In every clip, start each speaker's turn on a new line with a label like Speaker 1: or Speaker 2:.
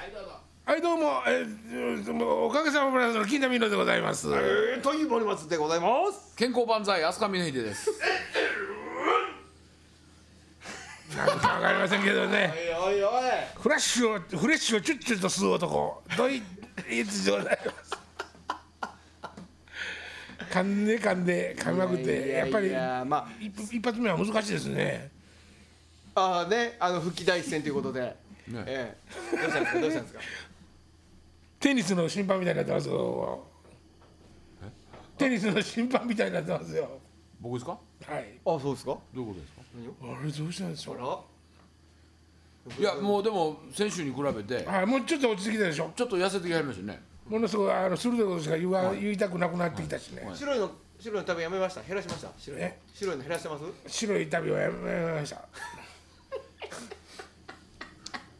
Speaker 1: はいどうも、えー、おかげさまブラザーの金田美濃でございます。
Speaker 2: えー、という森松でございます。
Speaker 3: 健康万歳飛鳥峰秀です
Speaker 1: なんかわかりませんけどね。
Speaker 2: おいおいおい。
Speaker 1: フラッシュをフレッシュをチュッチュッと吸う男ドイツでございます噛んで噛んで噛みまくってやっぱり
Speaker 2: ま
Speaker 1: 一一発目は難しいですね
Speaker 2: あ、あーね、あの復帰第一戦ということで。
Speaker 3: ね
Speaker 2: ええどうしたんですか、どうしたん ですか。
Speaker 1: テニスの審判みたいになってますよテニスの審判みたいになってますよ
Speaker 3: 僕ですか
Speaker 1: はい
Speaker 2: あ、そうですか。
Speaker 3: どういうことですか
Speaker 1: あれどうしたんでしょう
Speaker 3: いやもうでも先週に比べて
Speaker 1: はいもうちょっと落ち着きたでしょ
Speaker 3: ちょっと痩せてきはりましたね
Speaker 1: ものすごいあの鋭いことしか言わ、言いたくなくなってきたしね、
Speaker 2: 白いの、白いの食べやめました。減らしました。白いの
Speaker 1: え。
Speaker 2: 白いの減らしてます。
Speaker 1: 白い旅をやめました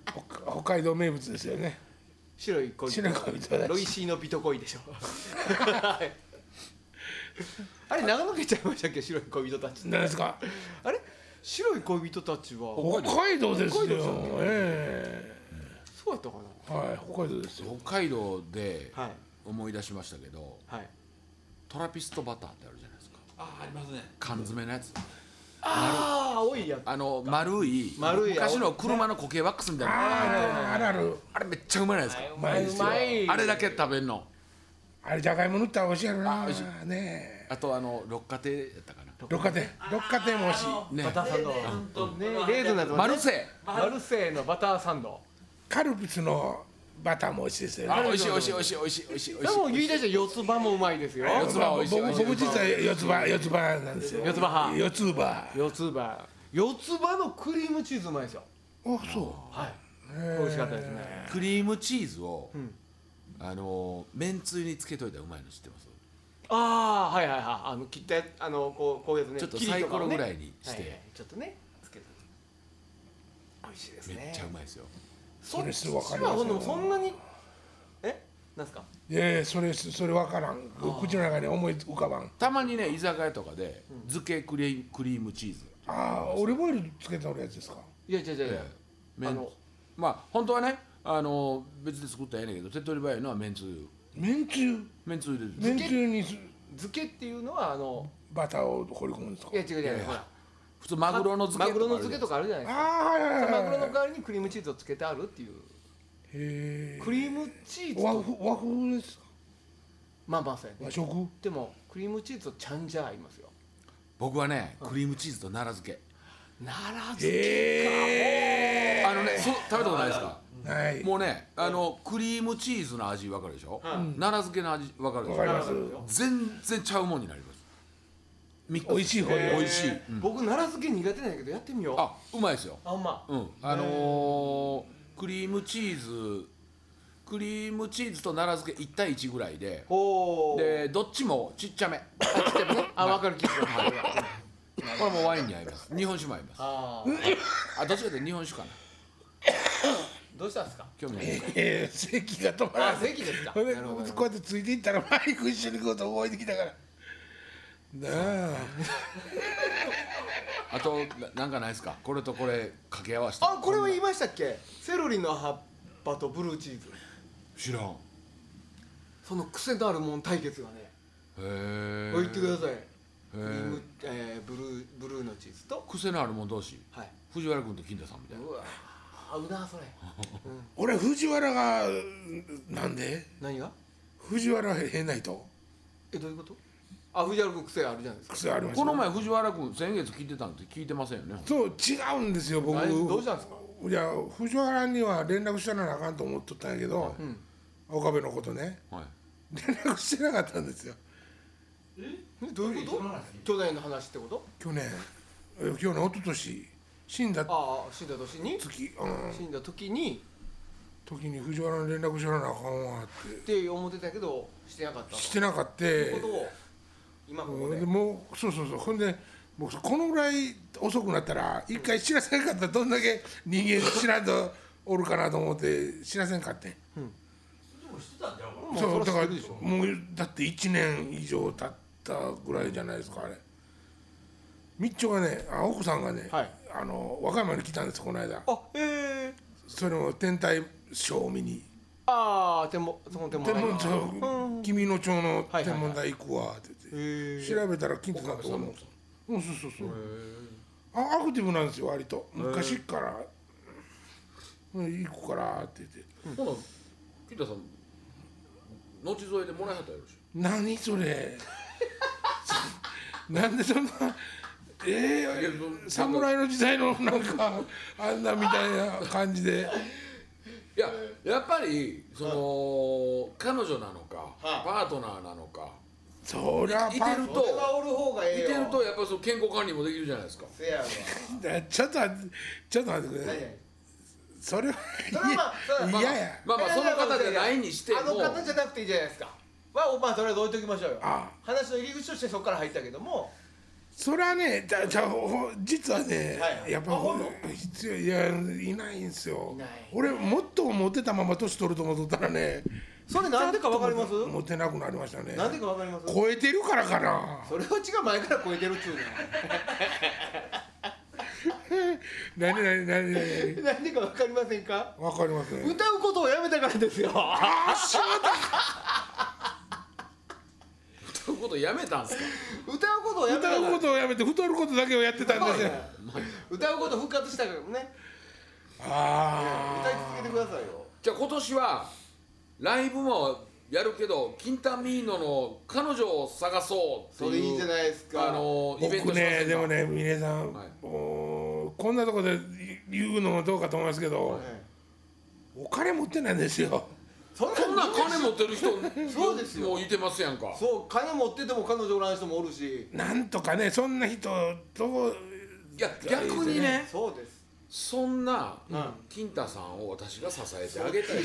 Speaker 1: 北北海道名物ですよね
Speaker 2: 白い恋人。
Speaker 1: 白い恋人だし
Speaker 2: ロイシーのビトコイでしょはいあれ、長野県ちゃいましたっけ、白い恋人たち。
Speaker 1: 何ですか
Speaker 2: あれ、白い恋人たちは。
Speaker 1: 北海道ですよ
Speaker 2: 北海道ですよね
Speaker 1: え
Speaker 2: そうやったかな。
Speaker 1: えはい北海道ですよ
Speaker 3: 北海道で
Speaker 2: はい。
Speaker 3: 思い出しましたけど
Speaker 2: はい。
Speaker 3: トラピストバターってあるじゃないですか
Speaker 4: あありますね
Speaker 3: 缶詰のやつ
Speaker 2: ああ、多いや。
Speaker 3: あの丸い
Speaker 2: 丸い
Speaker 3: 昔の車の固形ワックスみたいな
Speaker 1: ああるある
Speaker 3: あれめっちゃうまいないですか
Speaker 1: うまいですよ
Speaker 2: い
Speaker 3: あれだけ食べんの
Speaker 1: あれじゃがいも塗ったら美味しいやろな
Speaker 3: あ美味し
Speaker 1: ねえ
Speaker 3: あとあの六花亭やったかな
Speaker 1: 六花亭六花亭も美味しい
Speaker 3: ね
Speaker 2: バターサンド。ね、レーズンなど、
Speaker 3: マルセイ
Speaker 2: マルセイのバターサンド。
Speaker 1: カルピスのバターも美味しいですよ
Speaker 3: あ
Speaker 1: ね
Speaker 3: 美味しい美味しい美味しい美味しい美味しい美
Speaker 2: で
Speaker 3: 味しい
Speaker 2: も、言い出した四つ葉もうまいですよ。
Speaker 3: 四つ葉美味しい美
Speaker 1: 僕
Speaker 3: 味しい
Speaker 1: 僕実は四つ葉四つ葉なんですよ
Speaker 2: 四つ葉派
Speaker 1: 四つ葉
Speaker 2: 四つ葉。四つ葉のクリームチーズうまいですよ。
Speaker 1: あそう
Speaker 2: はい。美味しかったですね。
Speaker 3: クリームチーズを、あのめんつゆにつけといたらうまいの知ってます、
Speaker 2: ああ、はいはいはい、あの切ったや、あの、こう、こういうやつね。
Speaker 3: ちょっと
Speaker 2: 切り
Speaker 3: サイ
Speaker 2: か
Speaker 3: コロ
Speaker 2: を
Speaker 3: ぐ
Speaker 2: ね
Speaker 3: らいにし
Speaker 2: はい
Speaker 3: て、
Speaker 2: はいちょっとね。つけて。美味しいです
Speaker 3: め
Speaker 2: ね
Speaker 3: っちゃ。うまいですよ、
Speaker 2: そっち
Speaker 1: それ
Speaker 2: は、
Speaker 1: すぐわかりますよ
Speaker 2: ほんでも、そんなに。え、なんすか。
Speaker 1: ええそれそれわからん口の中に思い浮かばん
Speaker 3: たまにね居酒屋とかで漬けクリクリームチーズ、
Speaker 1: ああオリーブオイルつけておるやつですか
Speaker 2: いや、いやいやいや
Speaker 3: え。えめ
Speaker 2: あ
Speaker 3: ん
Speaker 2: の
Speaker 3: まあ本当はねあの別で作ったらええねんけど手っ取り早いのはめんつゆ
Speaker 1: めんつゆ
Speaker 3: めんつゆ入れ
Speaker 1: め
Speaker 3: る
Speaker 1: んつゆにす
Speaker 2: 漬けっていうのは、あの。
Speaker 1: バターを放り込むんですか
Speaker 2: いや、違う違う違う、
Speaker 3: や
Speaker 2: ほら。
Speaker 3: 普通マグロの漬け
Speaker 2: マグロの漬けと
Speaker 3: か
Speaker 2: かあるじゃない
Speaker 1: あ
Speaker 2: で
Speaker 1: あ
Speaker 2: すか
Speaker 1: はいはいはい
Speaker 2: マグロの代わりにクリームチーズをつけてあるっていう
Speaker 1: へえ
Speaker 2: クリームチーズ
Speaker 1: 和
Speaker 2: と
Speaker 1: 風和風ですか
Speaker 2: まあまあそうやね
Speaker 1: 和食
Speaker 2: でもクリームチーズとちゃんじゃ合いますよ
Speaker 3: 僕はねクリームチーズと奈良漬
Speaker 2: 奈良漬
Speaker 1: え
Speaker 3: けあのねそう食べたことないですか
Speaker 1: えはい
Speaker 3: もうねあのクリームチーズの味わかるでしょ、奈良漬けの味わかるで
Speaker 1: わ
Speaker 3: し
Speaker 1: かり
Speaker 3: ょ
Speaker 1: ます
Speaker 3: 全然ちゃうもんになりますミックス
Speaker 1: 美味しい方
Speaker 3: 美
Speaker 1: へ
Speaker 3: 味しい、うん
Speaker 2: 僕奈良漬け苦手なんやけどやってみようあ
Speaker 3: あうまいですよ
Speaker 2: あほんま
Speaker 3: うんあのー、クリームチーズクリームチーズと奈良漬け1対1ぐらいで
Speaker 2: ほう
Speaker 3: でどっちもちっちゃめあちっちゃめね
Speaker 2: あ
Speaker 3: はい
Speaker 2: 分かる気がする
Speaker 3: これもうワインに合います日本酒も合います
Speaker 2: ああ
Speaker 3: あどっちかというと日本酒かな
Speaker 2: どうしたんですか
Speaker 3: 興味ないですか
Speaker 1: ええ咳が止まら
Speaker 2: あ
Speaker 1: ない
Speaker 2: 席ですか
Speaker 1: これ
Speaker 2: なるほど
Speaker 1: こうやってついていったら マイク一緒に行こうと覚えてきたからなあ
Speaker 3: あとななんかないですかこれとこれ掛け合わせて
Speaker 2: あこれは言いましたっけセロリの葉っぱとブルーチーズ
Speaker 3: 知らんへ
Speaker 2: その癖のあるもん対決がね
Speaker 3: え
Speaker 2: お言ってくださいクリ
Speaker 3: ー
Speaker 2: ームえーブルーブルーのチーズと
Speaker 3: 癖のある者同士
Speaker 2: はい
Speaker 3: 藤原君と金田さんみたいな
Speaker 2: うわ合うなそれ
Speaker 1: 俺藤原がなんで
Speaker 2: 何が
Speaker 1: 藤原変ないと
Speaker 2: えどういうことあ藤原君癖あるじゃないですか
Speaker 1: 癖あります
Speaker 3: この前藤原君先月聞いてたんって聞いてませんよね
Speaker 1: そう違うんですよ僕
Speaker 2: あれどうしたんですか
Speaker 1: いや藤原には連絡したらなあかんと思っとったんやけど、
Speaker 2: ん
Speaker 1: 岡部のことね
Speaker 3: はい
Speaker 1: 連絡してなかったんですよ
Speaker 2: えどういうこと去年の話ってこと
Speaker 1: 去年え去年一昨年死んだ
Speaker 2: ああ死んだ年に
Speaker 1: 月、うん、
Speaker 2: 死んだ時に
Speaker 1: 時に藤原に連絡しなあかんわっ
Speaker 2: って思ってたけどしてなかった
Speaker 1: て
Speaker 2: と
Speaker 1: してなかった
Speaker 2: ことを今ここ
Speaker 1: うん
Speaker 2: で
Speaker 1: でもうそうそうそうほんでもうこのぐらい遅くなったら一回知らせんかったらどんだけ人間知らんとおるかなと思って知らせんかってん
Speaker 4: でもしてたんじゃんか
Speaker 2: もう
Speaker 1: そう
Speaker 2: そ
Speaker 1: だから
Speaker 2: ら知ってるでしょ
Speaker 1: もうだって1年以上経ったぐらいじゃないですかあれみっちょがねあ奥さんがね、
Speaker 2: はい
Speaker 1: あの和歌山に来たんですこの間
Speaker 2: あええ
Speaker 1: それも天体ショーを見に
Speaker 5: ああ天文その天文
Speaker 1: 天文
Speaker 5: 台
Speaker 1: そう君の町の天文台行くわって言って、
Speaker 5: へえ
Speaker 1: 調べたら金太さんとこのうんそうそうそうあアクティブなんですよ割と昔から、うん、行くからって言って
Speaker 3: ほな金田さん後添えでもらえはったらよろしい
Speaker 1: 何それ なんでそんなええ
Speaker 3: いやなんか
Speaker 1: 侍の時代のなんかあんなみたいな感じで
Speaker 3: いややっぱりその彼女なのか
Speaker 2: は
Speaker 3: パートナーなのか
Speaker 1: そりゃ
Speaker 3: い
Speaker 1: パ
Speaker 3: てる
Speaker 1: ン
Speaker 2: それはおる方が
Speaker 3: い
Speaker 2: ええよ
Speaker 3: てるとやっぱりその健康管理もできるじゃないですか
Speaker 2: せやわ
Speaker 1: ちょっと待ってちょっと待ってくだ
Speaker 2: 何
Speaker 1: さい
Speaker 2: 々
Speaker 1: それは
Speaker 2: それはまあそれ
Speaker 1: 嫌
Speaker 2: はまあ
Speaker 1: やや
Speaker 3: まあまあその方じゃないにしても
Speaker 2: あの方じゃなくていいじゃないですかまあまあとりあえず置いときましょうよ
Speaker 1: あ
Speaker 2: 話の入り口としてそこから入ったけども
Speaker 1: それはねじゃじゃほほ実はね、
Speaker 2: はい
Speaker 1: やっぱ
Speaker 2: あほんの
Speaker 1: 必要いやいないんですよ
Speaker 2: いない
Speaker 1: 俺もっとモテたまま年取ると思っとったらね
Speaker 2: それなんでかわかります
Speaker 1: モテなくなりましたね
Speaker 2: なんでかわかります
Speaker 1: 超えてるからかな
Speaker 2: それは違う前から超えてるっちゅうね
Speaker 1: 何何何何
Speaker 2: んなんでかわかりませんか
Speaker 1: わかりますね。
Speaker 2: 歌うことをやめたからです よ
Speaker 1: ああ、しまっ
Speaker 3: そういうことやめたんですか
Speaker 2: 歌うことをや
Speaker 1: た。
Speaker 2: めたか
Speaker 1: 歌う
Speaker 2: ら
Speaker 1: ことをやめて太ることだけをやってたんですよ。
Speaker 2: 歌うこと復活したからね
Speaker 1: あ
Speaker 2: 歌い続けてくださいよ
Speaker 3: じゃあ今年はライブもやるけどキンタミーノの彼女を探そうって
Speaker 2: そ
Speaker 3: いう
Speaker 2: れいいじゃないですか
Speaker 3: あの
Speaker 1: あ、
Speaker 3: イベン
Speaker 1: 僕
Speaker 3: トしません
Speaker 1: ね、
Speaker 3: か
Speaker 1: でもね、峰さん、
Speaker 3: はい
Speaker 1: もうこんなとこで言うのもどうかと思いますけど、
Speaker 2: ええ
Speaker 1: お金持ってないんですよ。
Speaker 2: そん
Speaker 3: そんな金持
Speaker 2: も
Speaker 3: ってる人
Speaker 2: そうですよ
Speaker 3: もういてますやんか
Speaker 2: そう金持ってても彼女おらん人もおるし
Speaker 1: なんとかね、そんな人と
Speaker 3: いや逆にね
Speaker 2: そうです
Speaker 3: そんな
Speaker 2: うん
Speaker 3: 金太さんを私が支えてあげたい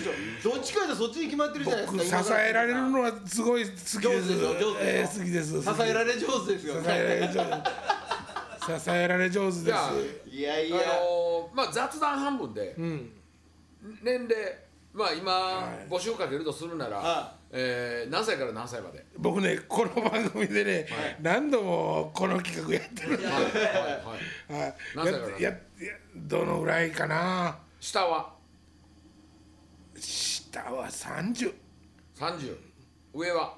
Speaker 2: どっちかとそっちに決まってるじゃないです
Speaker 1: 僕
Speaker 2: か
Speaker 1: 支
Speaker 2: 今から
Speaker 1: えられるのはすごい好きです。
Speaker 2: 上手ですよ上手
Speaker 1: え
Speaker 2: で
Speaker 1: ー
Speaker 2: す
Speaker 1: 好きです。
Speaker 2: 支えら
Speaker 1: れ。
Speaker 2: れ上手です
Speaker 1: 支
Speaker 2: よ
Speaker 1: えられ上手。支えられ上手です
Speaker 3: じ。ゃあ
Speaker 2: いやいや
Speaker 3: あのーまあ雑談半分で、
Speaker 1: うん。
Speaker 3: 年齢まあ今、
Speaker 1: い
Speaker 3: 募集かけるとするなら、
Speaker 2: は
Speaker 3: えー何歳から何歳まで、
Speaker 1: 僕ねこの番組でね、何度もこの企画やってる、
Speaker 3: はいはいはい、
Speaker 1: は
Speaker 3: 何
Speaker 1: い、
Speaker 3: 歳
Speaker 1: や
Speaker 3: から
Speaker 1: ややどのぐらいかな
Speaker 3: 下は
Speaker 1: 下は30
Speaker 3: 30上は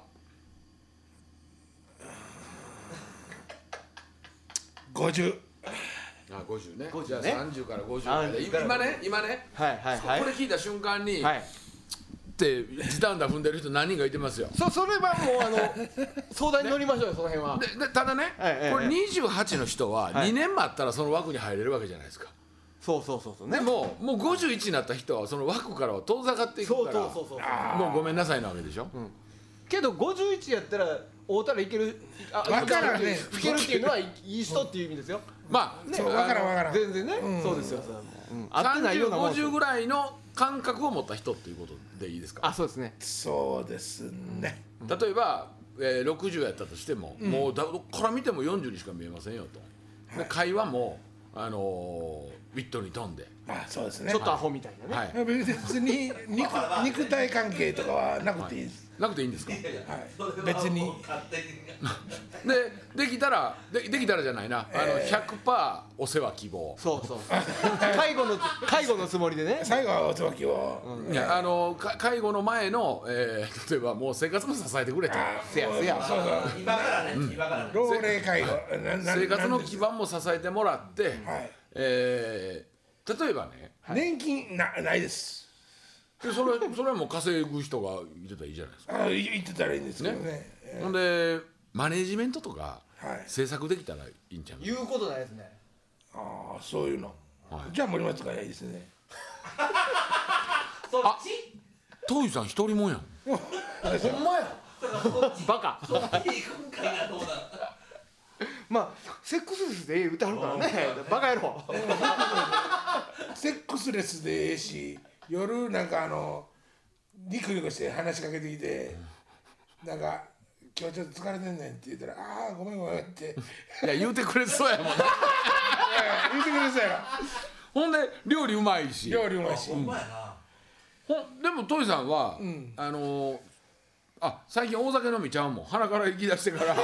Speaker 1: 50
Speaker 3: あ50ね
Speaker 2: 50
Speaker 3: じゃあ
Speaker 2: ね
Speaker 3: 30から50まで
Speaker 2: 30から
Speaker 3: 今ね今ね、
Speaker 2: はいはいはい
Speaker 3: これ聞いた瞬間に、
Speaker 2: はい
Speaker 3: って時短だ踏んでる人何人かいてますよ
Speaker 2: そそれはもうあの相談に乗りましょうよその辺は
Speaker 3: ででただね、
Speaker 2: はいはい
Speaker 3: こ
Speaker 2: はい
Speaker 3: れ28の人は
Speaker 2: はい
Speaker 3: 2年待ったらその枠に入れるわけじゃないですか、
Speaker 2: そうそうそうそうね
Speaker 3: でももう51になった人はその枠からは遠ざかっていく
Speaker 2: そう
Speaker 3: か
Speaker 2: そう
Speaker 3: ら
Speaker 2: そうそう
Speaker 3: もうごめんなさいなわけでしょ、
Speaker 2: けど51やったら会うたらいけるあ
Speaker 1: わからんね
Speaker 2: 吹けるっていうのはいいい人っていう意味ですよ
Speaker 3: まあ、
Speaker 1: そうわからんわからん
Speaker 2: 全然ね、そうですよそううん、合ってないようなもんです
Speaker 3: 3050ぐらいの感覚を持った人っていうことでいいですか
Speaker 2: あそうですね
Speaker 1: そうですね
Speaker 3: 例えば、えー60やったとしても、もうだどっから見ても40にしか見えませんよと、で会話も、あのーウィットに飛んで、
Speaker 1: あそうですね
Speaker 2: ちょっとアホみたいなね、
Speaker 3: はい
Speaker 1: はい別に肉肉体関係とかはなくていいです、
Speaker 3: なくていいんですかで
Speaker 1: はい、別に
Speaker 6: 勝手に
Speaker 3: できたらでできたらじゃないな、
Speaker 1: え
Speaker 3: あの100%お世話希望、
Speaker 2: そうそう介護の介護のつもりでね
Speaker 1: 最後はおつばきを、
Speaker 3: いやあのか介護の前の、えー例えばもう生活も支えてくれと
Speaker 1: あ
Speaker 2: せやせや
Speaker 1: そうそう
Speaker 6: 今からね今からね
Speaker 1: 老齢介護なな
Speaker 3: 生活の
Speaker 1: なんで
Speaker 3: 基盤も支えてもらって、
Speaker 1: はい
Speaker 3: えー例えばね
Speaker 1: 年金なないです
Speaker 3: でそれ それはもう稼ぐ人がいてたらいいじゃないですか。
Speaker 1: あい言ってたらいいんですけどね
Speaker 3: ねほんでマネージメントとか
Speaker 1: はい
Speaker 3: 制作できたらいいんちゃう、
Speaker 2: 言うことないですね
Speaker 1: ああそういうの、
Speaker 3: はい
Speaker 1: じゃあ森松がいいですね
Speaker 6: そっち
Speaker 3: 東さん一人もんやん
Speaker 2: ほんまやバカ
Speaker 6: そっち行くんかなどうだ
Speaker 2: まあセックスレスでええ歌あるからねバカ野郎
Speaker 1: セックスレスでええし夜なんかあのニコニコして話しかけてきてなんか「今日ちょっと疲れてんねん」って言ったら「ああごめんごめん」って
Speaker 3: いや言うてくれそうやもんな
Speaker 1: 言ってくれそうや
Speaker 3: ほんで料理うまいし
Speaker 1: ろ料理うまいし
Speaker 6: ほんまやな
Speaker 3: ほんでも東さんは、
Speaker 1: ん
Speaker 3: あのーあ最近大酒飲みちゃうもん鼻から行き出してから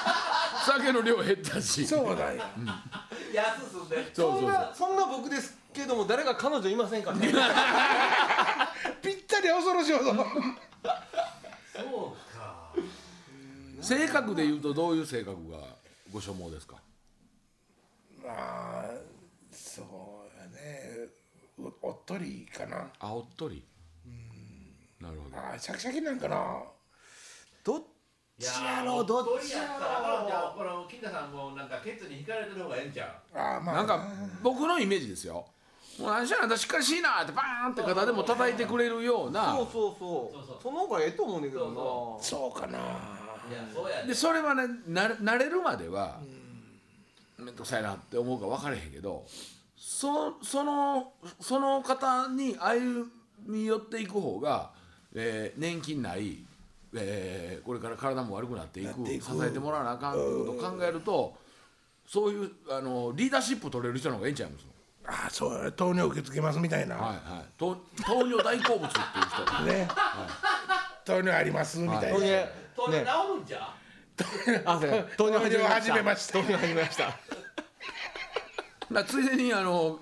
Speaker 3: 酒の量減ったし
Speaker 1: そうなんや
Speaker 6: 安すんで
Speaker 3: そ
Speaker 2: そん
Speaker 3: うそうそう
Speaker 2: なそんな僕ですけども誰か彼女いませんからね
Speaker 1: ぴったしたり恐ろしいほど
Speaker 6: そうか
Speaker 3: 性格で言うとどういう性格がご所望ですか
Speaker 1: まあそうやねおおっとりかな
Speaker 3: あおっとりなるほど
Speaker 1: あーシャキシャキなんかな
Speaker 5: どっ
Speaker 6: い
Speaker 5: ちやろどっ
Speaker 6: 一
Speaker 5: ち
Speaker 6: 人や
Speaker 5: や
Speaker 6: ったらほら
Speaker 5: ろ
Speaker 6: じゃあこれ金田さんもなんかケツに引かれてる方がええんちゃ
Speaker 1: あーまあ
Speaker 3: なんか僕のイメージですよもう何しろあんたしっかりしいなってバーンって肩でも叩いてくれるような
Speaker 2: そうそうそう
Speaker 6: そうそう
Speaker 2: その方がええと思うねんだけどな
Speaker 1: そうかな
Speaker 6: ういやそうや
Speaker 3: で
Speaker 6: ね
Speaker 3: それはねな慣れるまでは面倒くさいなって思うか分からへんけどそそのその方に歩み寄っていく方が、えー年金ない、えーこれから体も悪くなってい
Speaker 1: な
Speaker 3: く
Speaker 1: っていく
Speaker 3: 支えてもらわなあかんっていうことを考えるとそういうあのリーダーシップ取れる人の方がええんちゃいます
Speaker 1: あーそう糖尿受け付けますみたいな、
Speaker 3: はいはいと糖尿大好物っていう人
Speaker 1: ね、糖尿ありますみたいな、
Speaker 2: ほんで
Speaker 6: それ治るんじゃ
Speaker 2: あそうや糖
Speaker 1: 糖
Speaker 2: 尿
Speaker 1: 尿始
Speaker 2: 始
Speaker 1: め
Speaker 2: めま
Speaker 1: ま
Speaker 2: し
Speaker 1: したた
Speaker 2: 糖尿始めました
Speaker 3: まあついでにあの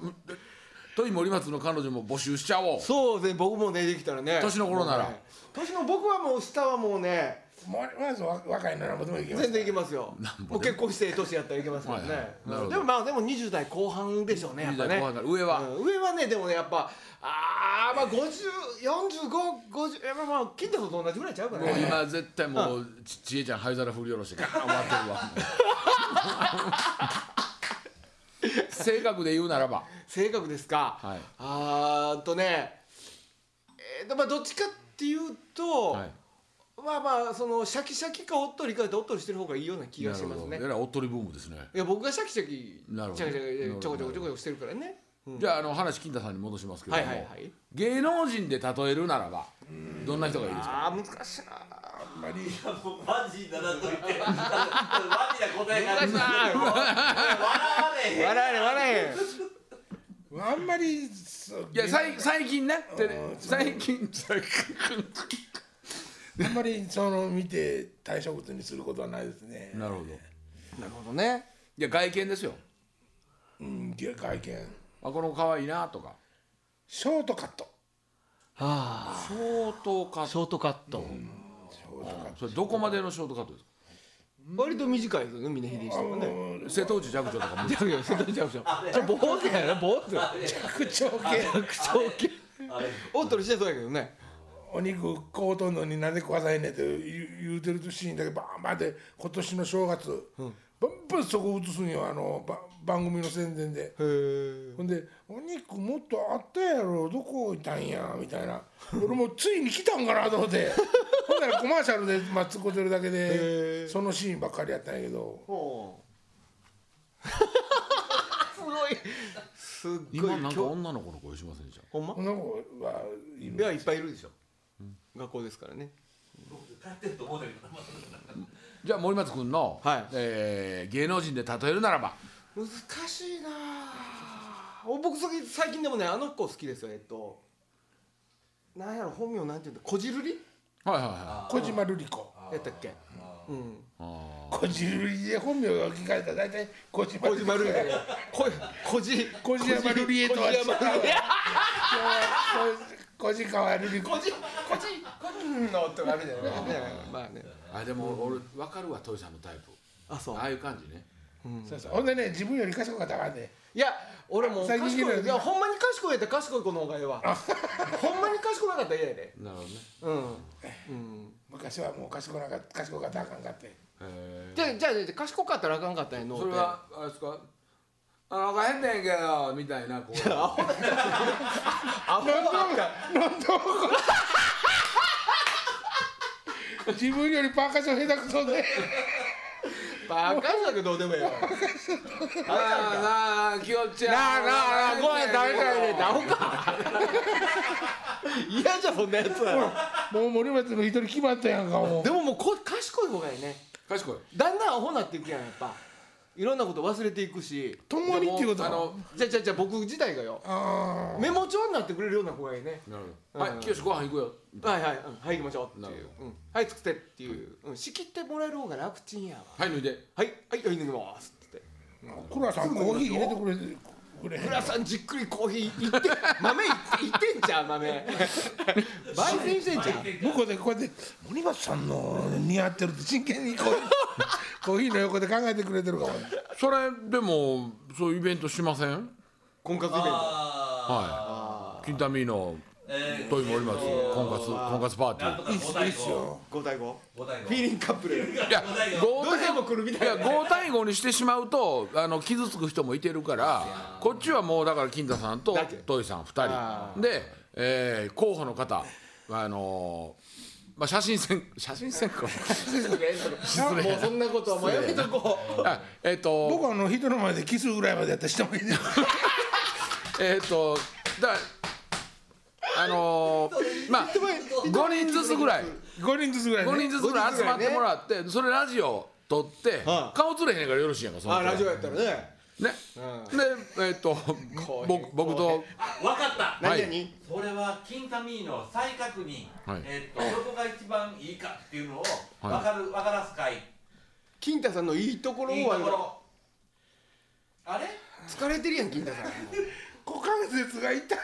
Speaker 3: トイ森松の彼女も募集しちゃおう
Speaker 2: そうですね僕もねできたらね
Speaker 3: 年の頃なら
Speaker 2: もうね年の僕はもう下はもうね
Speaker 1: もうまずわ若いならもでもいけます
Speaker 2: 全然いけますよもう結婚してええ年やったらいけますもんね、
Speaker 3: はいはいなるほど
Speaker 2: でもまあでも20代後半でしょうねやっぱね
Speaker 3: 20代後半から上は
Speaker 2: うん上はねでもねやっぱあーまあ504550やまあまあ金太と同じぐらいちゃうか
Speaker 3: もう
Speaker 2: ね
Speaker 3: 今絶対もうちちえちゃん灰皿振り下ろしてガーン終わってるわ 性格で言うならば
Speaker 2: 性格ですか、
Speaker 3: はい
Speaker 2: あーっとねえーとまあどっちかっていうと、
Speaker 3: はい
Speaker 2: まあまあそのシャキシャキかおっとりかっておっとりしてる方がいいような気が
Speaker 3: な
Speaker 2: し
Speaker 3: る
Speaker 2: ます
Speaker 3: ほど
Speaker 2: ね
Speaker 3: えらいおっとりブームですね
Speaker 2: いや僕がシャキシャキ
Speaker 3: なるほど
Speaker 2: シャキシャキちょこちょこちょこちょこしてるからね
Speaker 3: じゃああの話金太さんに戻しますけれ
Speaker 2: はい
Speaker 3: ども、
Speaker 2: はいはい
Speaker 3: 芸能人で例えるならばどんな人がいいですか
Speaker 2: ああ難しいな
Speaker 1: あんまり
Speaker 6: あもうマジだなと言ってマジな答えが
Speaker 2: 難しいな
Speaker 6: 笑われへん
Speaker 2: 笑え笑え
Speaker 1: あんまりそう
Speaker 3: いやさい最近ねテレ
Speaker 1: うん
Speaker 3: 最近 最近
Speaker 1: あんまりその見て対象物にすることはないですね
Speaker 3: なるほどい
Speaker 2: なるほどね
Speaker 3: や外見ですよ
Speaker 1: うんいや外見
Speaker 3: あこの子可愛いなとか
Speaker 1: ショートカット
Speaker 2: あ
Speaker 3: 相当か
Speaker 2: あショートカット、
Speaker 1: ショートカッ
Speaker 3: それどこまでのショートカットですか
Speaker 2: 割と短いですよね峰秀一
Speaker 1: ト
Speaker 2: とかね
Speaker 1: うん
Speaker 3: 瀬戸内寂聴とかも
Speaker 2: じゃあじゃあそれじゃあじゃあそれ坊主やな坊主
Speaker 1: 口調系
Speaker 2: 口調系
Speaker 6: あれ
Speaker 2: おっとりしてそうやけどね
Speaker 1: お肉買うとんのになんで食わさへんねんって言う言うてるシーンだけバーンバーンって今年の正月、バンバンそこ映すんよあのば番組の宣伝で。
Speaker 2: へえ
Speaker 1: ほんで「お肉もっとあったやろどこ置いたんや」みたいな俺もついに来たんかなと思ってほんならコマーシャルでまあ突っ込んでるだけでそのシーンばっかりやったんやけど
Speaker 2: すごいすっごい
Speaker 3: 今な
Speaker 2: 今
Speaker 3: んか
Speaker 2: 日
Speaker 3: 女の子の声しませんじゃん
Speaker 2: ほんま
Speaker 1: この子はい
Speaker 2: いやいっぱいいるでしょ、学校ですからね
Speaker 6: 僕勝ってると思うんだけどな
Speaker 3: じゃあ森松君の、
Speaker 2: はい
Speaker 3: えー芸能人で例えるならば
Speaker 2: 難しいなあお僕最近最近でもねあの子好きですよえっとなんやろ本名なんていうんだこじるり
Speaker 3: はいはいはい
Speaker 1: 小島瑠璃子
Speaker 2: やったっけうん
Speaker 3: あ
Speaker 1: 小島瑠璃で本名が聞かれたら大体小島
Speaker 2: 小 島瑠
Speaker 1: 子
Speaker 2: 璃でここじ
Speaker 1: 小島瑠璃へとは違う
Speaker 2: 小
Speaker 1: 小
Speaker 2: 島瑠璃
Speaker 1: 小川瑠璃子
Speaker 2: こじこじこじのとかあるじゃないねまあね
Speaker 3: ーあでも俺分かるわトイさんのタイプ
Speaker 2: あそう
Speaker 3: ああいう感じね
Speaker 1: そうそうほんでね自分より賢かったからね
Speaker 2: いや俺もう
Speaker 1: 最
Speaker 2: 賢
Speaker 1: 近
Speaker 2: い
Speaker 1: 聞いたよ
Speaker 2: いやほんまに賢いやったら賢い子の方がええわほんまに賢なかったら嫌やで
Speaker 3: なるほどね
Speaker 2: うん、うん、
Speaker 1: 昔はもう賢なかった賢かったらあかんかって
Speaker 3: へ
Speaker 2: じゃあじゃあじゃあ賢かったらあかんかったんやの
Speaker 3: ーそれはあれですかあの変ねんけどみたいなこう
Speaker 2: アホだアホだ
Speaker 1: 自分よりパーカッション下手くそで
Speaker 2: バカじゃけどどうでもええわ
Speaker 3: あーなあきよちゃん
Speaker 2: なあなあなあごめん食べたいねん
Speaker 3: ね
Speaker 2: アホか 嫌じゃんそんなやつ
Speaker 1: もう森松の一人決まったやんかもう
Speaker 2: でももうこ賢い方がいいね
Speaker 3: 賢い
Speaker 2: だんだんアホになっていくやんやっぱいろんなこと忘れていくし
Speaker 1: 共にっていうこと
Speaker 3: あ
Speaker 1: は
Speaker 3: の
Speaker 2: じゃあじゃあじゃあ僕自体がよ
Speaker 1: あ
Speaker 2: メモ帳になってくれるような方がいいね
Speaker 3: なるほどはいきよしご飯行くよ
Speaker 2: はいはい、うん、はい行きましょうっ
Speaker 3: な
Speaker 2: てい
Speaker 3: る
Speaker 2: う、うん、はい作ってっていう、うん、仕切ってもらえる方が楽ちんやわ
Speaker 3: はい脱いで
Speaker 2: はいはいはい脱ぎますって
Speaker 1: あクラさんコーヒー入れてくれてれ
Speaker 2: 倉さんじっくりコーヒーいって豆いっていってんじゃん豆焙煎してんじゃん
Speaker 1: 向こうでこうやって森松さんの似合ってるって真剣にこ うコーヒーの横で考えてくれてるかも
Speaker 3: それでもそういうイベントしません
Speaker 2: 婚活イベント
Speaker 3: は
Speaker 6: あ
Speaker 3: い金ミの
Speaker 6: ーえー
Speaker 3: 問い森松婚活婚活パーティ
Speaker 6: な
Speaker 3: ー
Speaker 6: んとか
Speaker 1: いいっ
Speaker 6: 5
Speaker 1: すいい
Speaker 6: 対
Speaker 1: っす
Speaker 6: 5
Speaker 1: よ
Speaker 2: 5対 5?
Speaker 6: 五対
Speaker 2: フィー
Speaker 6: 5
Speaker 2: リングカップル
Speaker 3: いや
Speaker 2: ど
Speaker 3: 5
Speaker 2: うして
Speaker 3: 対
Speaker 2: も来るみた
Speaker 3: い
Speaker 2: い
Speaker 3: や
Speaker 2: な
Speaker 3: 5対5にしてしまうとあの傷つく人もいてるからこっちはもうだから金田さんと
Speaker 2: だけ
Speaker 3: 土井さん2
Speaker 2: あ
Speaker 3: 人で、えー候補の方あのーまあ、写真選写真選考
Speaker 2: もうそんなことはもうやめとこう
Speaker 3: あえっ、と
Speaker 1: 僕はあの人の前でキスぐらいまでやったらしてもいいです
Speaker 3: えっ、とだあのーまあ5人ずつぐらい
Speaker 1: 5人ずつぐらい、ね、
Speaker 3: 5人ずつぐらい集まってもらってそれラジオ撮って
Speaker 2: は
Speaker 3: 顔つれへんねんからよろしいやんかその
Speaker 2: あ
Speaker 3: 人ら
Speaker 2: ラジオやったらね
Speaker 3: ね、
Speaker 2: う
Speaker 3: でえっ、と
Speaker 2: こういう
Speaker 3: 僕僕と
Speaker 6: あ分かった
Speaker 3: はい
Speaker 2: 何々
Speaker 6: それは金ミーの再確認、
Speaker 3: はい
Speaker 6: えー、とどこが一番いいかっていうのを分
Speaker 3: はい
Speaker 6: かる、分からす会
Speaker 2: 金太さんのいいところ
Speaker 6: いいとこ
Speaker 2: は
Speaker 6: ろあれ
Speaker 2: 疲れてるやん金太さん
Speaker 1: 股関節が痛い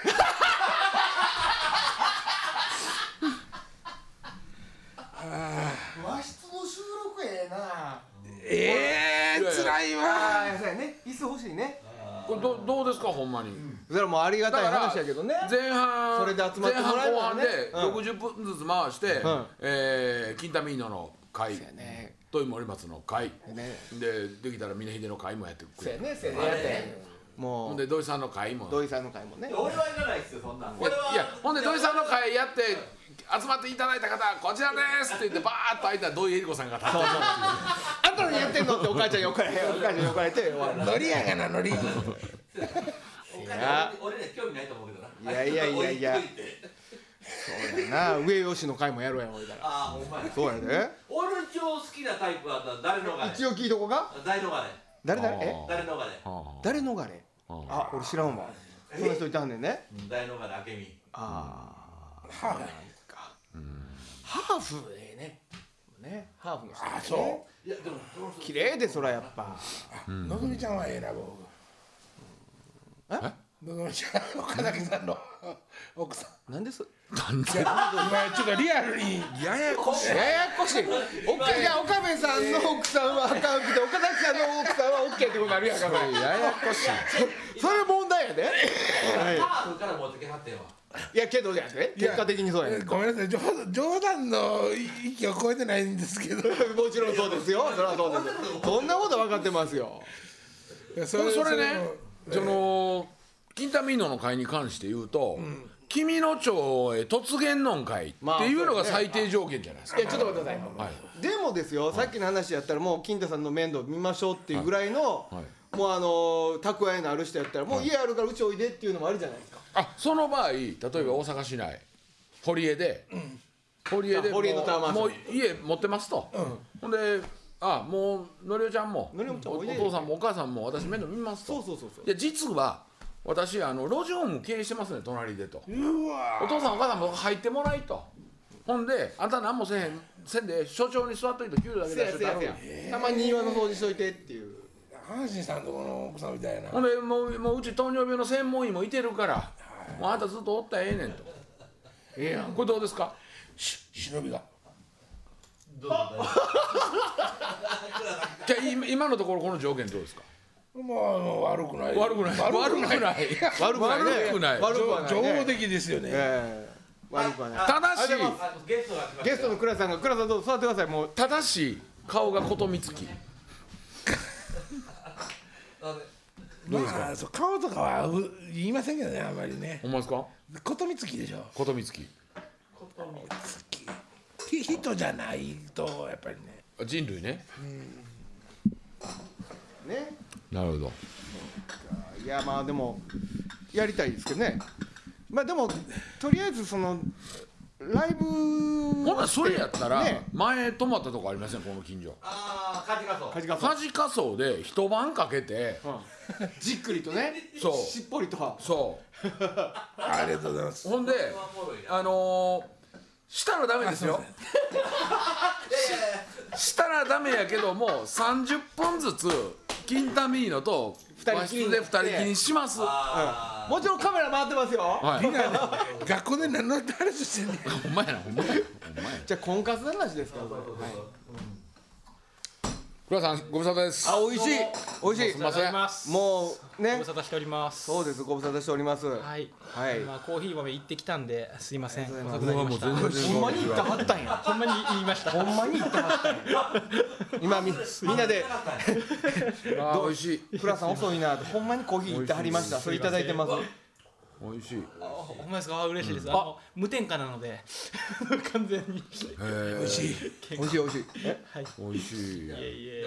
Speaker 2: 和室の収録ええな
Speaker 1: ええー、辛いわ
Speaker 2: ああそうやね椅子欲しいね
Speaker 3: これどどうですかほんまに、
Speaker 2: それはもうありがたい
Speaker 3: だから
Speaker 2: 話やけどね
Speaker 3: 前半
Speaker 2: それで集まってもらえ
Speaker 3: 前半
Speaker 2: る
Speaker 3: 後
Speaker 2: わ
Speaker 3: 半
Speaker 2: ね
Speaker 3: で
Speaker 2: うん
Speaker 3: 60分ずつ回して、
Speaker 2: うん
Speaker 3: えー、金田ミーノの会
Speaker 2: そうやね
Speaker 3: と森松の会
Speaker 2: ね
Speaker 3: でできたら峰秀の会もやってく
Speaker 2: そう
Speaker 3: れ
Speaker 2: や
Speaker 3: る
Speaker 2: ねそうやねやったやん
Speaker 3: ほ
Speaker 2: も
Speaker 3: ん
Speaker 2: う
Speaker 3: で土井さんの会も
Speaker 2: 土井さんの会もね
Speaker 6: 俺はいらないっすよそんなん
Speaker 3: いや
Speaker 6: 俺はい
Speaker 3: やほんで土井さんの会やって集まっていただいた方こちらですって言ってバーッと開いたら土井恵理子さんが立ってる
Speaker 2: あんたらやってんのってお母ちゃんに怒られお母ちゃんに怒られて終わる
Speaker 1: ノリやがなノリ
Speaker 6: お金俺ら興味ないと思うけどない
Speaker 2: いやいやいやいや
Speaker 6: 置とて
Speaker 2: そうやな上吉の会もやろうやん俺から
Speaker 6: ああお前
Speaker 2: そうやね
Speaker 6: 俺一応好きなタイプは誰のがね
Speaker 2: 一応聞いとこか
Speaker 6: 誰のがね
Speaker 2: 誰誰え
Speaker 3: あー
Speaker 6: 誰のがね
Speaker 2: 誰逃れ
Speaker 3: あ
Speaker 2: あ俺知らんわそんな人いたんねんね
Speaker 6: 誰のがね明美
Speaker 2: ああ
Speaker 1: ハーフ
Speaker 2: かハーフええねねハーフの人ね
Speaker 1: あそ
Speaker 6: いやでもその人
Speaker 2: 綺麗でそらやっぱ
Speaker 1: のぞみちゃんはええな僕
Speaker 2: え
Speaker 1: のぞみちゃん岡崎さん の奥さん
Speaker 2: なんです
Speaker 1: 今ちょっとリアルに
Speaker 2: ややこしいややこしいおっけじゃあ岡部さんの奥さんはあかんくて岡崎さんの奥さんはオッケーってことになるやんかそれややこし いそれ問題やで
Speaker 6: ハーフから持ってきはってんわ
Speaker 2: いやけどやで結果的にそうやね
Speaker 1: ごめんなさい冗冗談の域を超えてないんです けど
Speaker 2: もちろんそうですよそりゃそうですそんなこと分かってますよ
Speaker 1: そ
Speaker 3: それそれね
Speaker 1: えー
Speaker 3: その金田美濃の会に関して言うと、君の町へ突言のんかいっていうのが最低条件じゃないです
Speaker 2: い
Speaker 3: か、
Speaker 2: やちょっと待ってください、でもですよさっきの話やったらもう金太さんの面倒見ましょうっていうぐらいの、
Speaker 3: はい
Speaker 2: もうあのー蓄えのある人やったらもう家あるからうちおいでっていうのもあるじゃないですか、
Speaker 3: あその場合例えば大阪市内堀江で、堀江で
Speaker 2: あ堀江のタワーマンショ
Speaker 3: も
Speaker 2: ン
Speaker 3: う家持ってますと、ほんであもうのりおちゃんも
Speaker 2: のりおちゃん
Speaker 3: お
Speaker 2: も
Speaker 3: お
Speaker 2: おいで
Speaker 3: 父さんもお母さんも私面倒見ます
Speaker 2: そ
Speaker 3: と、
Speaker 2: うそうそうそう
Speaker 3: いや実は私あの路上も経営してますね隣でと
Speaker 1: うわ
Speaker 3: お父さんお母さんも入ってもらいとほんであんた何もせえへんせんで所長に座っといて給料だけ
Speaker 2: せ
Speaker 3: 出
Speaker 2: や
Speaker 3: して
Speaker 2: せやせや、たまに庭の掃除しといてっていう
Speaker 1: 阪神さんとこの奥さんみたいな
Speaker 3: ほんでもうもううち糖尿病の専門医もいてるからもうあんたずっとおったらええねんとええやんこれどうですか
Speaker 1: し忍びが
Speaker 6: どうぞどうぞ
Speaker 3: じゃあ今今のところこの条件どうですか
Speaker 1: まああの悪くない
Speaker 3: 悪くない悪
Speaker 2: 悪く
Speaker 3: くない
Speaker 2: ないね
Speaker 3: 悪くない
Speaker 2: 悪くはないね
Speaker 1: 情的ですよね、
Speaker 2: ええ悪くはない
Speaker 6: あ
Speaker 3: ただし
Speaker 6: あゲストが来ました
Speaker 2: ゲストの倉さんが倉さんどうぞ座ってくださいもう
Speaker 3: ただし顔がことみつき
Speaker 6: あで
Speaker 1: まあそう顔とかはう言いませんけどねあんまりね
Speaker 3: ほんまですか
Speaker 1: ことみつきでしょ
Speaker 3: ことみつき
Speaker 1: ひ人じゃないとやっぱりね
Speaker 3: あ人類ね
Speaker 2: ね
Speaker 3: なるほど
Speaker 2: いやまあでもやりたいですけどねまあでもとりあえずそのライブ
Speaker 3: ほなそれやったら、
Speaker 2: ね
Speaker 3: 前泊まったとこありませんこの近所
Speaker 6: ああカジカソ
Speaker 2: カジカさ
Speaker 3: カ
Speaker 2: ん
Speaker 3: ジカソで一晩かけて
Speaker 2: じっくりとね
Speaker 3: そう
Speaker 2: しっぽりとは
Speaker 3: そ
Speaker 1: ありがとうございます
Speaker 3: うほんで
Speaker 6: これはおもろいな
Speaker 3: あのー、したらダメですよしたらダメやけども30分ずつキンタミーノと
Speaker 2: 人
Speaker 3: 和
Speaker 2: きり
Speaker 3: 室で二人きりにします
Speaker 6: あ
Speaker 2: もちろんカメラ回ってますよ、
Speaker 3: はい
Speaker 1: みんなね学校で何の話してんねん
Speaker 3: ほんまやなほんまやほんまや
Speaker 2: じゃあ婚活の話ですか
Speaker 3: 倉さんご無沙汰です
Speaker 2: あ美味しい美味しい
Speaker 3: ません
Speaker 2: もう
Speaker 7: ご
Speaker 2: ね
Speaker 7: 無沙汰しております。
Speaker 2: そうですご無沙汰しておりますは
Speaker 7: はい。
Speaker 2: い
Speaker 7: まあコーヒー豆行ってきたんで、すいません。
Speaker 2: りがとう
Speaker 7: ご無沙汰になりまし
Speaker 2: ほんまに行ったはったんや
Speaker 7: た。ほんまに言いました。
Speaker 2: ほんまに行ったはったんや今みみんなで
Speaker 3: あー美味し
Speaker 2: 「
Speaker 3: い
Speaker 2: 倉さん遅いな」ってほんまにコーヒー行ってはりましたそれいただいてます
Speaker 3: 美味しい
Speaker 7: ほんまですか。あ嬉しいです。あの無添加なので 完全に。
Speaker 3: へー美味しい
Speaker 2: 美味しい美味しいえ
Speaker 3: 美味しい
Speaker 6: ー
Speaker 7: いえい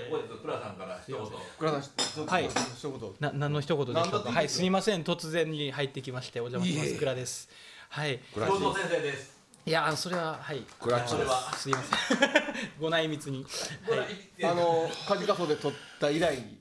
Speaker 7: え
Speaker 6: ここでプラさんから一言
Speaker 2: 倉さんちょっと
Speaker 7: はい
Speaker 2: 一言
Speaker 7: な何の一言でし
Speaker 2: 何だ
Speaker 7: ょ
Speaker 2: っ
Speaker 7: う
Speaker 2: てい
Speaker 7: か。
Speaker 2: いですよ
Speaker 7: はい。すみません。突然に入ってきましてお邪魔しま
Speaker 1: いえい
Speaker 7: す。
Speaker 1: え
Speaker 7: くらです。はい。
Speaker 3: 倉
Speaker 6: 教
Speaker 3: 地
Speaker 6: 頭先生です
Speaker 7: いやあのそれははい。
Speaker 3: クラッチ
Speaker 6: それは
Speaker 7: すいません。 ご内密に。
Speaker 6: これ
Speaker 7: はい。
Speaker 2: あのカジカソで撮った以来に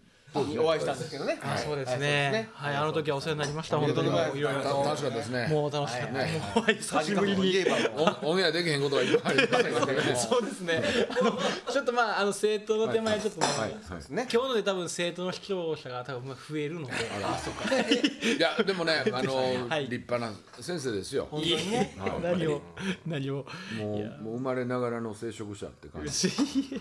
Speaker 2: お会いしたんですけどね
Speaker 7: あそうです
Speaker 2: そうです
Speaker 7: ね
Speaker 2: ね。
Speaker 7: はい。あの時はお世話になりました。
Speaker 2: り
Speaker 7: 本
Speaker 2: がと
Speaker 7: 当
Speaker 2: う
Speaker 7: に
Speaker 2: ご
Speaker 7: も
Speaker 2: ざいます
Speaker 7: ういろいろ
Speaker 3: 楽しかったですね
Speaker 7: もう楽しかった。
Speaker 3: はい
Speaker 7: もうはい久しぶり
Speaker 2: カジ
Speaker 7: に
Speaker 2: カ。ソといえば
Speaker 3: おオンエアできへんことはいっぱいありませんけども
Speaker 7: そうですね。あのちょっとまああの生徒の手前ちょっとまあ、
Speaker 3: はいはい
Speaker 2: ね
Speaker 7: 今日ので多分生徒の視聴者が多分まあ増えるので。あそか。
Speaker 3: いやでもね、あの、
Speaker 7: はい
Speaker 3: 立派な先生ですよ。も
Speaker 7: いいね何を何を。
Speaker 3: うもう生まれながらの聖職者って感じ。
Speaker 7: し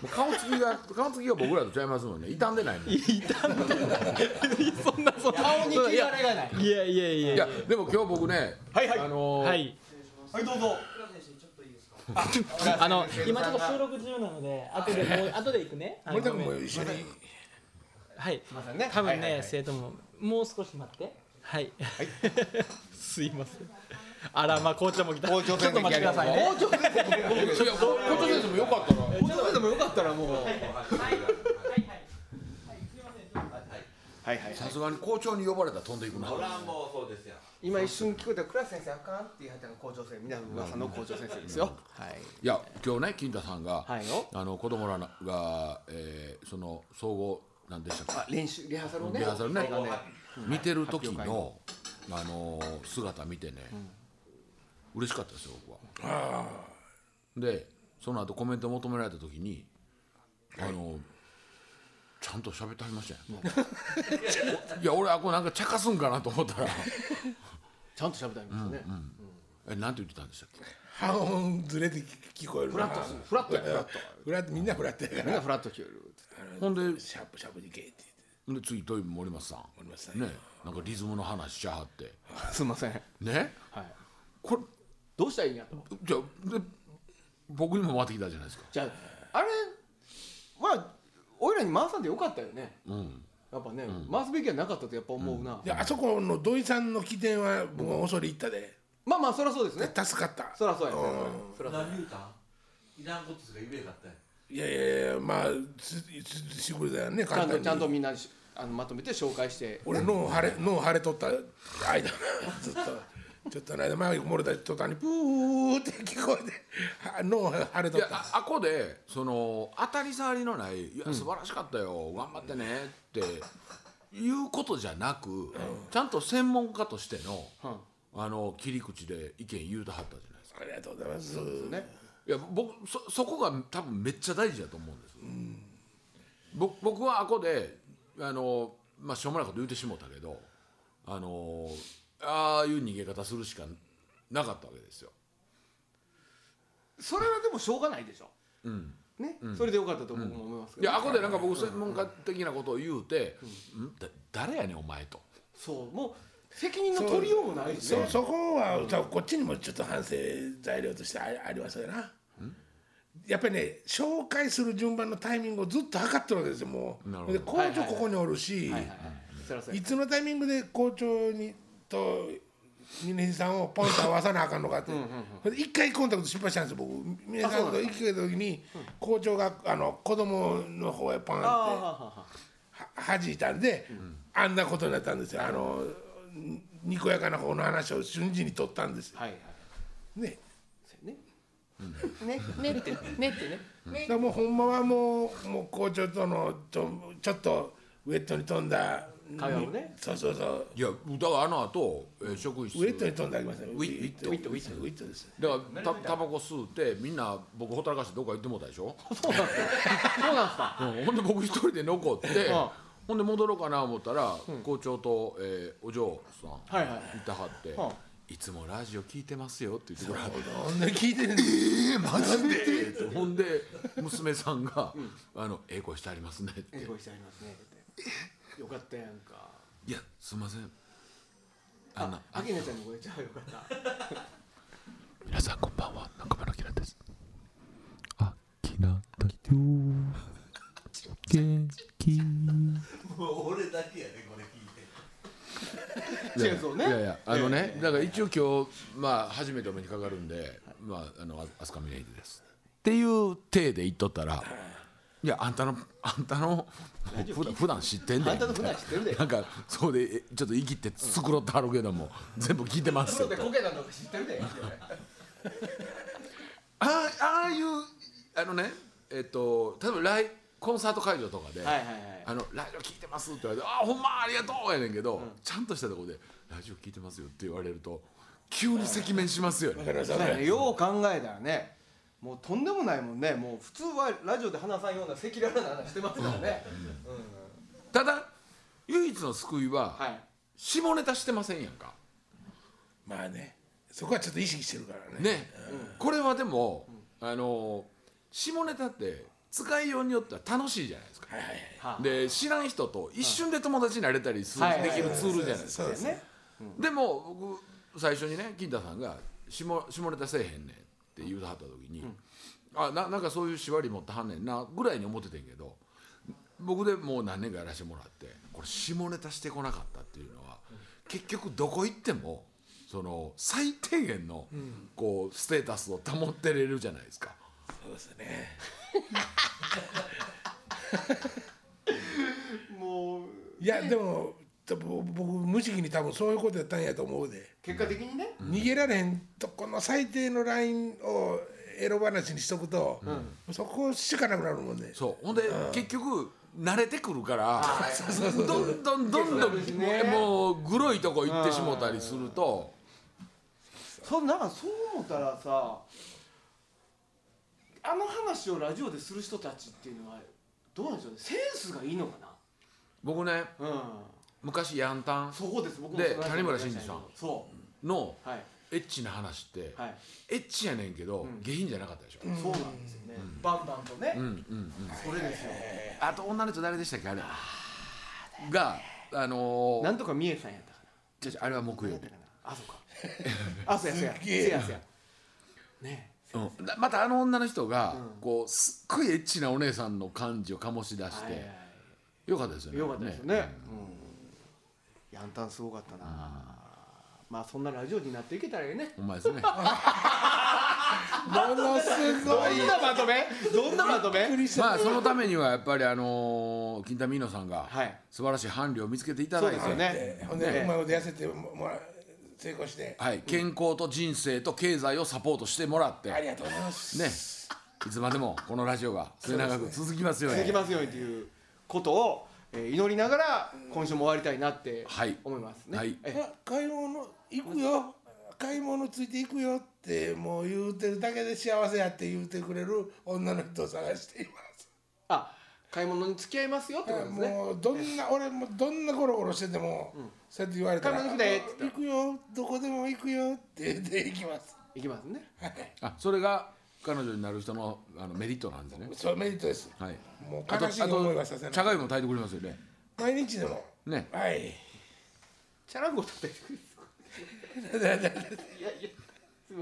Speaker 3: もう顔つきが顔つきが僕らとちゃいますもんね。傷んでないもん。い
Speaker 7: そんなそんな。顔に
Speaker 2: 気兼ねがない
Speaker 7: いやいやいやいや
Speaker 3: や。でも今日僕ね、
Speaker 2: はいはい
Speaker 3: あの、
Speaker 7: はい。
Speaker 2: はいどうぞ
Speaker 7: あの今ちょっと収録中なので後でもう後で行くね。あの
Speaker 1: 森田君
Speaker 7: ご
Speaker 1: も
Speaker 7: めん
Speaker 1: 一緒に
Speaker 7: はい。
Speaker 2: ませんね
Speaker 7: 多分ね、
Speaker 2: はいはいはい
Speaker 7: 生徒ももう少し待って。はい。 すいません。あらまあ紅茶も来た。
Speaker 2: 校長
Speaker 7: ちょ
Speaker 2: 先生
Speaker 7: っと待ってくださいね。
Speaker 2: 校長先生
Speaker 3: いや、こ校長先生もよかったな。
Speaker 2: 校長先生もよかったらもうはいはいはい
Speaker 3: さすがに校長に呼ばれたら飛んでいくな。
Speaker 6: そらもうそうですよ
Speaker 2: 今一瞬聞こえた倉先生あかんって言い張ったの校長先生皆噂の校長先生ですよはい
Speaker 3: いや、今日ね、金太さんが、
Speaker 2: はいよ
Speaker 3: あの子供らが、えーその総合なんでしたっ
Speaker 2: あ練習リハーサルを
Speaker 3: け、
Speaker 2: ね
Speaker 3: リハーサルね
Speaker 2: あの、
Speaker 3: 見てる時のあの姿見てね、嬉しかったですよ僕は。でその後コメント求められた時に、あのちゃんと喋ってはりましたよ。いや俺あこれなんか 茶化すんかなと思ったら
Speaker 2: ちゃんと喋ってありましたね
Speaker 3: えなんて言ってたんでしたっけ
Speaker 1: 半音ずれて聞こえるなフラット
Speaker 2: フラットやフラット
Speaker 1: フラットみんなフラットやか
Speaker 2: みん
Speaker 1: ら
Speaker 2: なフラット聞こえる
Speaker 3: ほんで
Speaker 1: シャープシャープに行けって
Speaker 3: で次トイ森松さん森
Speaker 1: 松さ
Speaker 3: んねなんかリズムの話しちゃはって
Speaker 2: すいません
Speaker 3: ね
Speaker 2: はい
Speaker 3: これ
Speaker 2: どうしたらいいんやと
Speaker 3: じゃあで僕にも回ってきたじゃないですか
Speaker 2: じゃああれまあおいらに回さんでよかったよね
Speaker 3: うん
Speaker 2: やっぱね回すべきはなかったとやっぱ思うな
Speaker 1: であそこの土井さんの起点は僕は恐れ入ったで
Speaker 2: まあまあそりゃそうですね
Speaker 1: 助かった
Speaker 2: そりゃそうやねそりゃそう
Speaker 6: 何言うたんいらんことしか言えなかったよ
Speaker 1: いやいやいやまあつつ仕事だよね
Speaker 2: ちゃ
Speaker 1: 簡単
Speaker 2: んと
Speaker 1: に
Speaker 2: ちゃんとみんなしあのまとめて紹介して
Speaker 1: 俺脳腫れ脳腫れとった間ずっとちょっとの間前に漏れた途端にプーって聞こえては脳腫れと
Speaker 3: い
Speaker 1: っ
Speaker 3: や
Speaker 1: た
Speaker 3: ああこでその当たり障りのない「いや素晴らしかったよ、頑張ってね」っていうことじゃなく、ちゃんと専門家としての,、あの切り口で意見言うとはったじゃないですか
Speaker 1: ありがとうございます
Speaker 2: ね
Speaker 3: いや僕そそこが多分めっちゃ大事だと思うんです、ぼ僕はあこであの、まあ、しょうもないこと言うてしもたけどあのああいう逃げ方するしかなかったわけですよ
Speaker 2: それはでもしょうがないでしょねそれでよかったと僕も思いますけ
Speaker 3: い
Speaker 2: ど
Speaker 3: やあこでなんか僕専門家的なことを言うて「んだ誰やねんお前」と
Speaker 2: そうもう責任の取りようもないし
Speaker 1: そ
Speaker 2: ね
Speaker 1: そこはさこっちにもちょっと反省材料としてあありますよなやっぱりね紹介する順番のタイミングをずっと測ってるわけですよも
Speaker 3: なる
Speaker 1: う
Speaker 3: ほど
Speaker 1: で校長ここにおるし、い
Speaker 2: そりゃそうや
Speaker 1: つのタイミングで校長にと峰さんをポンと合わさなあかんのかってほんで一回コンタクト失敗したんですよ僕峰さんと生きてた時に校長があの子供の方へポンって
Speaker 2: ああはあはあはあ
Speaker 1: はじいたんで、あんなことになったんですよあのにこやかな方の話を瞬時に取ったんですよ
Speaker 2: はいはい
Speaker 1: ね
Speaker 2: そうやねねねってねってね
Speaker 1: だからもうほんまはもうもう校長とのちょちょっとウェットに飛んだ
Speaker 2: 会話をね
Speaker 1: そうそうそう
Speaker 3: いやだからあの後、えー職員室
Speaker 1: ウェットに飛んでありましたね
Speaker 3: ウィット
Speaker 1: ウィットウィットウィットです
Speaker 3: だからたタバコ吸うてみんな僕ほったらかしてどっか行ってもうたでしょ、
Speaker 2: そうなんですか
Speaker 3: うんほんで僕一人で残って
Speaker 2: あ
Speaker 3: ほんで戻ろうかな思ったら、校長と、えーお嬢さん
Speaker 2: はいはい
Speaker 3: いたはって、い、つもラジオ聞いてますよ」って言ってくれはって
Speaker 1: んなに聞いてるんです
Speaker 3: えマジでほんで娘さんが「あのええ声してありますね」って
Speaker 2: 英語してありますねってよかったやんか
Speaker 3: 「いやすいませんあん
Speaker 2: あ
Speaker 3: な
Speaker 2: あきなちゃんの声じゃあよかった
Speaker 3: 皆さんこんばんは中村きらです」あ「きらだよ元気」
Speaker 6: もう俺だけやねこれ聞いて
Speaker 2: 違うそうね
Speaker 3: いやいやあのねだから一応今日まあ初めてお目にかかるんでまああのあ飛鳥峰秀ですっていう体で言っとったら「いやあんたのあんたのふ普段知ってんだ
Speaker 2: あんたの普段知ってるで
Speaker 3: なんかそうでえちょっと息ってつくろってはるけども、全部聞いてますよ
Speaker 2: プロでこけたのか知ってるで
Speaker 3: あああいうあのねえっと例えばライコンサート会場とかで「
Speaker 2: はいはいはい
Speaker 3: あのラジオ聞いてます」って言われて「あほんまありがとう」やねんけど、ちゃんとしたところで「ラジオ聞いてますよ」って言われると急に赤面しますよね。
Speaker 2: そうだねよう考えたらねもうとんでもないもんねもう普通はラジオで話さんような赤裸々な話してますからね
Speaker 3: ただ唯一の救いは、
Speaker 2: はい
Speaker 3: 下ネタしてませんやんか
Speaker 1: まあねそこはちょっと意識してるからね
Speaker 3: ね、これはでも、あの下ネタって使いようによっては楽しいじゃないですか
Speaker 1: はいはいはい
Speaker 3: で知らん人と一瞬で友達になれたりする、
Speaker 2: はい
Speaker 3: できるツールじゃないですか、
Speaker 1: そうですね
Speaker 3: でも僕最初にね金太さんが下「下ネタせえへんねん」って言うてはった時に、あななんかそういう縛り持ってはんねんなぐらいに思っててんけど僕でもう何年かやらせてもらってこれ下ネタしてこなかったっていうのは結局どこ行ってもその最低限のこうステータスを保ってれるじゃないですか。
Speaker 1: そうですね
Speaker 2: もう
Speaker 1: いやでも多分僕無意識に多分そういうことやったんやと思うで、
Speaker 2: 結果的にね
Speaker 1: 逃げられへんとこの最低のラインをエロ話にしとくと、そこしかなくなるもんね
Speaker 3: そうほんで、結局慣れてくるからどんどんどんどん、
Speaker 2: すね
Speaker 3: もうグロいとこ行ってしもたりすると、
Speaker 2: そうなんかそう思ったらさあの話をラジオでする人たちっていうのはどうなんでしょうねセンスがいいのか
Speaker 3: 僕ね
Speaker 2: なうん
Speaker 3: 昔ヤンタン
Speaker 2: そこです僕も
Speaker 3: で
Speaker 2: その話
Speaker 3: 谷村新司さん
Speaker 2: そ
Speaker 3: の
Speaker 2: うはい
Speaker 3: エッチな話って、
Speaker 2: はい
Speaker 3: エッチやねんけど、下品じゃなかったでしょ、
Speaker 2: そうなんですよねバンバンとね
Speaker 3: うんうんうん、
Speaker 2: それですよ
Speaker 3: あと女の人誰でしたっけあれがあのー
Speaker 2: なんとか三重さんやったか
Speaker 3: 違う違うあれは木曜日
Speaker 2: な、あ そうかあそうやそうや
Speaker 1: すげえ
Speaker 2: そうやそうやね
Speaker 3: うんだまたあの女の人が、こうすっごいエッチなお姉さんの感じを醸し出して、
Speaker 2: はいはい
Speaker 3: よかったですよね
Speaker 2: よかったですよねうんヤンタンすごかったなまあそんなラジオになっていけたらいいね
Speaker 3: お前 ですね
Speaker 1: ものすごい
Speaker 2: どんなまとめどんなまとめ
Speaker 3: まあそのためにはやっぱりあのー金田美乃さんが
Speaker 2: はい
Speaker 3: 素晴らしい伴侶を見つけていただいて、
Speaker 2: そうですよね
Speaker 1: ほんで、うまいこと痩せてももら成功して、
Speaker 3: はい、健康と人生と経済をサポートしてもらって、
Speaker 1: ありがとうございます、
Speaker 3: ね、いつまでもこのラジオが末永く続きますよう
Speaker 2: 続
Speaker 3: に
Speaker 2: き。ますようにということをえー祈りながら今週も終わりたいなって
Speaker 3: はい
Speaker 2: 思いますね
Speaker 3: はい
Speaker 2: え
Speaker 1: あ買い物行くよ買い物ついて行くよってもう言うてるだけで幸せやって言うてくれる女の人を探しています
Speaker 2: あ買い物に付き合いますよってことですね
Speaker 1: もうどんな俺もどんなゴロゴロしてても、そうやって言われたら
Speaker 2: 買い物行くでって言
Speaker 1: 行くよどこでも行くよって言って行きます
Speaker 2: いきますね
Speaker 3: あ、それが彼女になる人のあのメリットなんですね。
Speaker 1: そうメリットです
Speaker 3: はい。
Speaker 1: もう
Speaker 3: あと
Speaker 1: 悲しい
Speaker 3: あ
Speaker 1: 思いはさせ
Speaker 3: と茶
Speaker 1: ない
Speaker 3: がゆも炊いてくれますよね。
Speaker 1: 毎日でも
Speaker 3: ね。
Speaker 1: はい
Speaker 2: チャランゴ叩いてくれる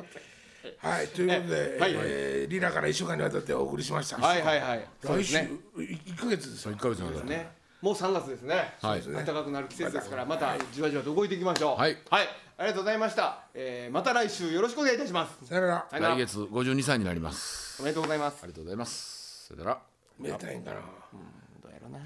Speaker 1: はいということで、
Speaker 2: はい
Speaker 1: えーリナから1週間にわたってお送りしました、
Speaker 2: はいはいはいそうで
Speaker 1: 来
Speaker 2: す
Speaker 1: 週、
Speaker 2: ね
Speaker 1: 1ヶ月です
Speaker 3: そう
Speaker 1: よ
Speaker 3: 一ヶ月の間。
Speaker 2: ねもう3月ですね
Speaker 3: はい。
Speaker 2: 暖かくなる季節ですからまたじわじわと動いていきましょう
Speaker 3: はい
Speaker 2: ありがとうございました、えーまた来週よろしくお願いいたします
Speaker 1: さよなら
Speaker 2: さよな
Speaker 3: 来
Speaker 2: ら
Speaker 3: 月52歳になります。
Speaker 2: おめでとうございます
Speaker 3: ありがとうございます。それでは。
Speaker 1: 見えたいんかな
Speaker 2: どうやろうな